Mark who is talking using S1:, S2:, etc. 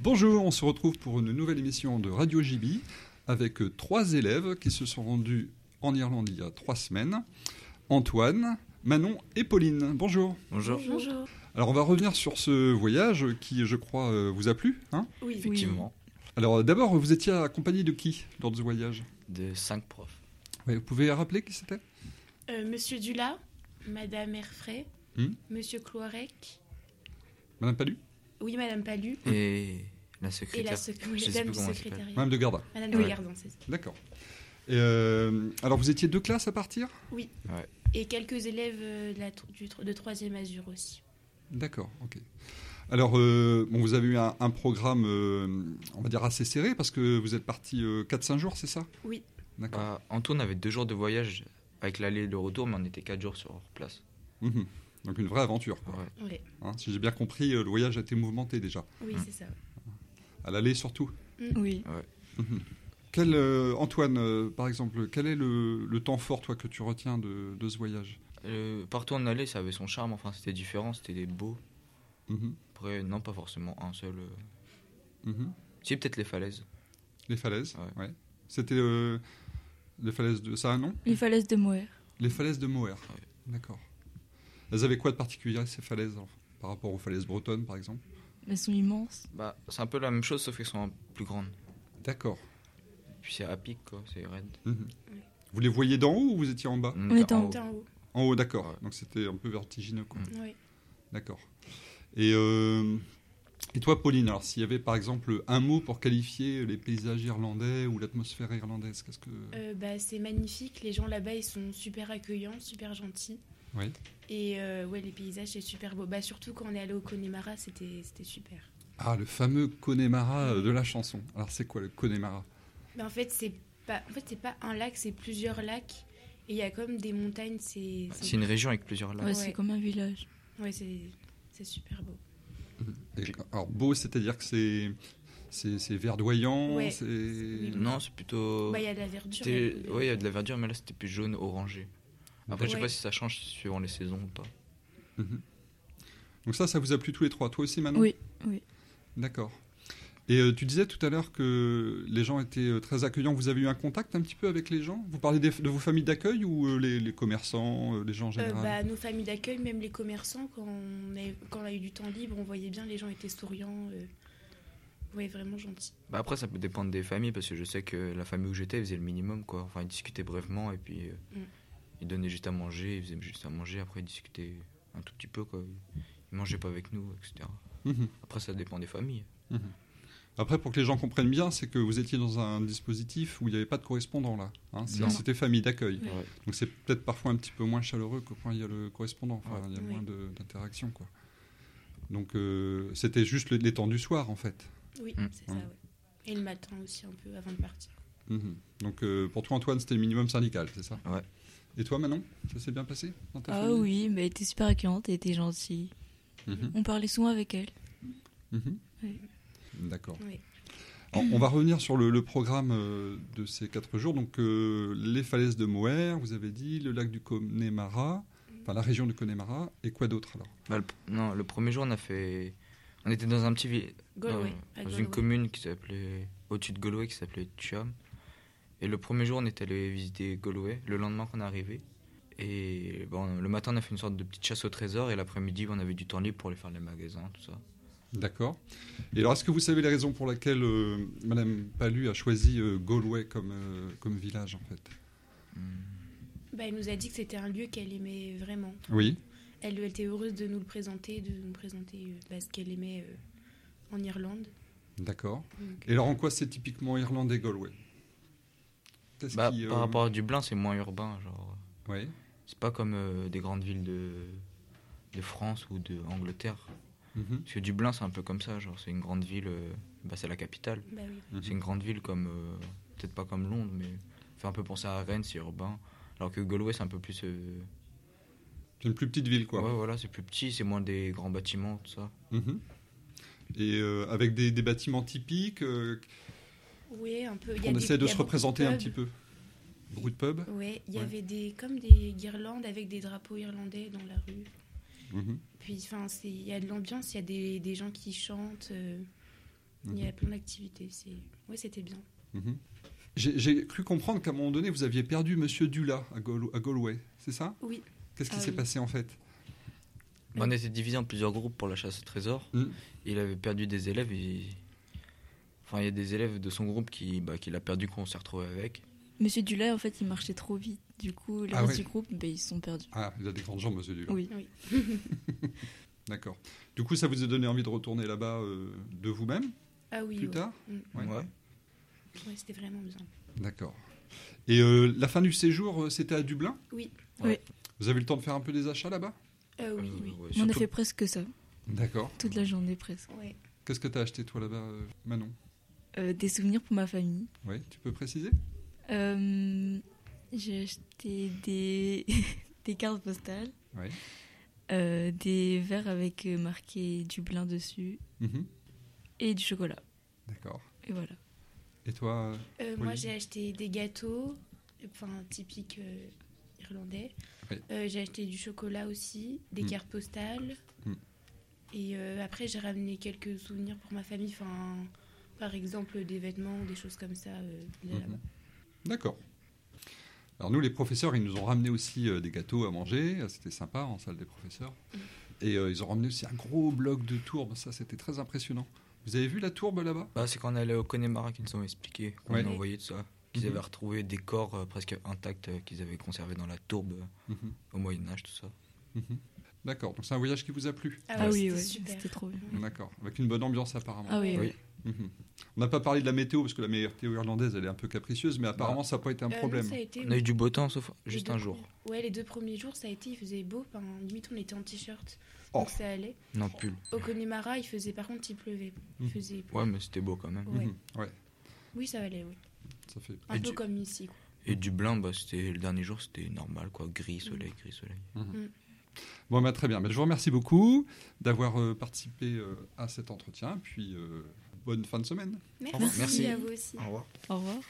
S1: Bonjour, on se retrouve pour une nouvelle émission de Radio JB avec euh, trois élèves qui se sont rendus en Irlande il y a trois semaines. Antoine, Manon et Pauline. Bonjour.
S2: Bonjour.
S3: Bonjour.
S1: Alors on va revenir sur ce voyage qui, je crois, euh, vous a plu. hein
S3: Oui,
S2: Effectivement,
S1: Alors euh, d'abord, vous étiez accompagné de qui lors de ce voyage
S2: de 5 profs.
S1: Ouais, Vous pouvez rappeler qui c'était
S3: Euh, Monsieur Dula, Madame Herfray,
S1: Hmm.
S3: Monsieur Cloirec,
S1: Madame Palu
S3: oui, Madame Palu
S2: Et la
S3: et la
S2: secrétaire.
S3: sec-
S2: je sais
S3: dame
S2: plus
S3: du
S2: comment elle
S3: secrétariat.
S1: Madame de Garda.
S3: Madame de
S2: Ouais.
S3: Gardon, c'est ça.
S1: D'accord. Et, euh, alors vous étiez deux classes à partir
S3: Et quelques élèves euh, de, la tr- du tr- de troisième azur aussi.
S1: D'accord, ok. Alors, euh, bon, vous avez eu un, un programme, euh, on va dire, assez serré, parce que vous êtes parti 4-5 jours, c'est ça
S3: Oui.
S1: D'accord.
S2: Bah, en tout, on avait deux jours de voyage avec l'aller et le retour, mais on était 4 jours sur place.
S1: Mhm. Donc, une vraie aventure, quoi.
S2: Ouais.
S3: Ouais.
S1: hein. si j'ai bien compris, euh, le voyage a été mouvementé déjà,
S3: Oui,
S2: Hmm.
S3: c'est ça. Hmm,
S1: à l'aller surtout.
S4: Oui.
S1: Quel, euh, Antoine, euh, par exemple, quel est le, le temps fort, toi, que tu retiens de, de ce voyage
S2: Euh, partout où on allait, ça avait son charme, enfin c'était différent, c'était des beaux.
S1: Mhm,
S2: Après, non, pas forcément un seul. euh.
S1: mhm.
S2: Si, peut-être les falaises.
S1: Les falaises,
S2: Ouais.
S1: ouais. C'était euh, les falaises de... Ça a un nom
S4: Les falaises de Moher.
S1: Les falaises de Moher. D'accord. Elles avaient quoi de particulier, ces falaises, alors, par rapport aux falaises bretonnes, par exemple
S4: Elles sont immenses.
S2: Bah, c'est un peu la même chose, sauf qu'elles sont plus grandes.
S1: D'accord.
S2: Puis c'est à pic, quoi, c'est raide.
S1: Mhm. Vous les voyez d'en haut ou vous étiez en bas
S4: On était en
S2: Oh.
S3: Tout en haut.
S1: En haut, d'accord.
S2: Ouais.
S1: Donc c'était un peu vertigineux, quoi.
S2: Mm.
S3: Oui.
S1: D'accord. Et, euh, et toi, Pauline, alors s'il y avait par exemple un mot pour qualifier les paysages irlandais ou l'atmosphère irlandaise, qu'est-ce que.
S3: Euh, bah, c'est magnifique. Les gens là-bas, ils sont super accueillants, super gentils.
S1: Oui.
S3: Et euh, ouais, les paysages, c'est super beau. Bah, surtout quand on est allé au Connemara, c'était c'était super.
S1: Ah, le fameux Connemara euh, de la chanson. Alors c'est quoi le Connemara
S3: Mais en fait, c'est pas, en fait, c'est pas un lac, c'est plusieurs lacs. Et il y a comme des montagnes, c'est.
S2: C'est une région avec plusieurs
S4: Ouais,
S2: lacs.
S4: c'est
S3: Ouais.
S4: comme un village.
S3: Ouais, c'est c'est super beau.
S1: Et- Alors beau, c'est-à-dire que c'est. C'est c'est verdoyant,
S3: Ouais.
S1: c'est.
S2: Non, c'est plutôt.
S3: Bah, il y a de la verdure.
S2: C'était-
S3: il y a-
S2: Oh. Ouais, il y a de la verdure, mais là c'était plus jaune, orangé. Après, je sais
S3: Ouais.
S2: pas si ça change suivant les saisons ou pas.
S1: Donc ça, ça vous a plu tous les trois. Toi aussi, Manon
S4: Oui, oui.
S1: D'accord. Et euh, tu disais tout à l'heure que les gens étaient euh, très accueillants. Vous avez eu un contact un petit peu avec les gens Vous parlez des- de vos familles d'accueil ou euh, les, les commerçants, euh, les gens en
S3: Euh,
S1: général
S3: bah, nos familles d'accueil, même les commerçants, quand on, a, quand on a eu du temps libre, on voyait bien les gens étaient souriants. euh, ouais, vraiment gentils.
S2: Bah après, ça peut dépendre des familles, parce que je sais que la famille où j'étais, ils faisaient le minimum, quoi. Enfin, ils discutaient brièvement, et puis euh,
S3: Mm.
S2: ils donnaient juste à manger, ils faisaient juste à manger, après ils discutaient un tout petit peu, quoi. Ils mangeaient pas avec nous, etc.
S1: Mhm.
S2: Après, ça dépend des familles.
S1: Après, pour que les gens comprennent bien, c'est que vous étiez dans un dispositif où il n'y avait pas de correspondant là. hein. C'est-
S2: Non.
S1: C'était famille d'accueil.
S4: Ouais.
S1: Donc c'est peut-être parfois un petit peu moins chaleureux que quand il y a le correspondant. Enfin,
S2: Ouais.
S1: Il y a
S3: Oui.
S1: moins de- d'interaction. quoi. Donc euh, c'était juste le- les temps du soir en fait.
S3: Oui,
S2: Mm.
S3: c'est ça, ouais. Et le matin aussi, un peu avant de partir.
S1: Mhm. Donc euh, pour toi Antoine c'était le minimum syndical, c'est ça
S2: Ouais.
S1: Et toi Manon, ça s'est bien passé dans ta
S4: Ah
S1: famille
S4: oui, mais elle était super accueillante, elle était gentille.
S1: Mhm.
S4: On parlait souvent avec elle.
S1: Mhm.
S4: Oui.
S1: D'accord.
S3: Ouais.
S1: Alors, on va revenir sur le, le programme euh, de ces quatre jours. Donc euh, les falaises de Moher, vous avez dit, le lac du Connemara, enfin la région du Connemara, et quoi d'autre alors
S2: Bah, le, non, le premier jour, on a fait. On était dans un petit vi-
S3: Galway.
S2: Ah, dans,
S3: à
S2: dans
S3: Galway.
S2: une commune qui s'appelait. Au-dessus de Galway, qui s'appelait Tuam. Et le premier jour, on est allé visiter Galway, le lendemain qu'on est arrivé. Et bon, le matin, on a fait une sorte de petite chasse au trésor, et l'après-midi, on avait du temps libre pour aller faire les magasins, tout ça.
S1: D'accord. Et alors est-ce que vous savez les raisons pour lesquelles euh, Madame Palu a choisi euh, Galway comme, euh, comme village en fait
S3: Bah, elle nous a dit que c'était un lieu qu'elle aimait vraiment.
S1: Oui.
S3: Elle, elle était heureuse de nous le présenter, de nous présenter euh, bah, ce qu'elle aimait euh, en Irlande.
S1: D'accord.
S3: Donc,
S1: Et alors en quoi c'est typiquement irlandais Galway Qu'est-ce
S2: Bah,
S1: qui,
S2: Par
S1: euh,
S2: rapport à Dublin, c'est moins urbain. Genre,
S1: Oui.
S2: c'est pas comme euh, des grandes villes de, de France ou d'Angleterre.
S1: Mhm.
S2: Parce que Dublin, c'est un peu comme ça. Genre, c'est une grande ville. euh, bah, c'est la capitale.
S3: bah oui.
S1: Mhm.
S2: C'est une grande ville comme euh, peut-être pas comme Londres, mais fait un peu penser à Rennes, c'est urbain. Alors que Galway, c'est un peu plus. euh,
S1: C'est une plus petite ville, quoi.
S2: ouais, voilà, c'est plus petit, c'est moins des grands bâtiments, tout ça.
S1: Mhm. Et euh, avec des, des bâtiments typiques, euh,
S3: Ouais, un peu. il y a
S1: on
S3: des-
S1: essaie
S3: il
S1: de
S3: y a
S1: se
S3: beaucoup
S1: représenter un
S3: pubs.
S1: petit peu. Beaucoup de pubs.
S3: Ouais, il y
S1: Ouais.
S3: avait des comme des guirlandes avec des drapeaux irlandais dans la rue.
S1: Mhm.
S3: Puis, enfin, c'est- il y a de l'ambiance, il y a des, des gens qui chantent. euh, Il y a plein d'activités. c'est- Ouais, c'était bien.
S1: Mhm. J'ai j'ai cru comprendre qu'à un moment donné, vous aviez perdu Monsieur Dula à, Gol- à Galway, c'est ça
S3: Oui.
S1: Qu'est-ce qui
S4: Ah
S1: s'est
S4: oui.
S1: passé en fait
S2: Bah, on était divisé en plusieurs groupes pour la chasse au trésor.
S1: Mm.
S2: Il avait perdu des élèves. et- Enfin, il y a des élèves de son groupe qui, bah, qu'il a perdu, qu'on s'est retrouvé avec.
S4: Monsieur Dulay, en fait, il marchait trop vite. Du coup, les
S1: Ah
S4: reste
S1: ouais.
S4: du groupe, ben, ils se sont perdus.
S1: Ah, il a des grandes jambes, Monsieur Dula.
S4: Oui.
S3: Oui.
S1: D'accord. Du coup, ça vous a donné envie de retourner là-bas euh, de vous-même
S3: Ah oui.
S1: plus
S3: ouais.
S1: tard
S3: Mm.
S1: Ouais.
S3: Ouais, c'était vraiment bien.
S1: D'accord. Et euh, la fin du séjour, euh, c'était à Dublin
S3: Oui.
S2: Ouais.
S1: Vous avez eu le temps de faire un peu des achats là-bas
S3: Euh, oui,
S2: Euh,
S3: oui.
S2: ouais,
S4: Mais on a
S2: surtout-
S4: fait presque ça,
S1: D'accord.
S4: toute la journée presque.
S3: Ouais.
S1: Qu'est-ce que tu as acheté toi là-bas, euh, Manon
S4: Euh, des souvenirs pour ma famille.
S1: Oui, tu peux préciser
S4: Euh, J'ai acheté des... des cartes postales,
S1: Oui.
S4: euh, des verres avec euh, marqué Dublin dessus
S1: Mhm.
S4: et du chocolat.
S1: D'accord.
S4: Et voilà.
S1: Et toi euh,
S3: Euh, moi,
S1: Pauline.
S3: j'ai acheté des gâteaux, enfin typiques euh, irlandais.
S1: Ouais.
S3: Euh, j'ai acheté du chocolat aussi, des
S1: Mm.
S3: cartes postales.
S1: Mm.
S3: Et euh, après, j'ai ramené quelques souvenirs pour ma famille, enfin, par exemple des vêtements ou des choses comme ça. euh, de
S2: Mm-hmm.
S3: là-bas.
S1: Mhm. D'accord. Alors nous, les professeurs, ils nous ont ramené aussi euh, des gâteaux à manger. Euh, C'était sympa en salle des professeurs. Et euh, ils ont ramené aussi un gros bloc de tourbe. Ça, c'était très impressionnant. Vous avez vu la tourbe là-bas
S2: Bah, c'est quand on allait au Connemara qu'ils nous ont expliqué, qu'on
S1: Ouais.
S2: nous a envoyé de ça. Qu'ils
S1: Mhm.
S2: avaient retrouvé des corps euh, presque intacts euh, qu'ils avaient conservés dans la tourbe euh,
S1: Mhm,
S2: au Moyen-Âge, tout ça.
S1: mhm. D'accord. Donc c'est un voyage qui vous a plu
S3: Ah,
S4: Ah,
S3: ouais,
S4: oui,
S3: c'était
S4: ouais,
S3: super.
S4: c'était trop bien.
S1: D'accord. Avec une bonne ambiance apparemment.
S4: Ah oui,
S3: Oui.
S4: ouais.
S1: Mhm. On n'a pas parlé de la météo parce que la météo irlandaise, elle est un peu capricieuse, mais apparemment, ça n'a pas été un
S3: Euh, non,
S1: problème.
S3: ça a été-
S2: On a eu du beau temps, sauf
S3: les
S2: juste
S3: deux
S2: un jour.
S3: premiers- Ouais, les deux premiers jours, ça a été, il faisait beau. Enfin, limite, on était en t-shirt,
S1: Oh.
S3: donc ça allait.
S2: Non, pull.
S3: Au Connemara, il faisait, par contre, il pleuvait. Il
S1: Mm.
S3: faisait.
S2: Ouais, mais c'était beau quand même.
S3: Ouais.
S1: Mhm, ouais,
S3: Oui, ça allait, oui.
S1: Ça fait.
S3: Un
S2: Et
S3: peu
S2: tu-
S3: comme ici, quoi.
S2: Et Dublin, bah, c'était le dernier jour, c'était normal, quoi. Gris, soleil, gris, soleil.
S1: Bon, bah, très bien. Mais je vous remercie beaucoup d'avoir euh, participé euh, à cet entretien. Puis euh, bonne fin de semaine.
S3: Merci,
S2: revoir. Merci.
S3: à vous aussi.
S2: revoir.
S4: Au revoir.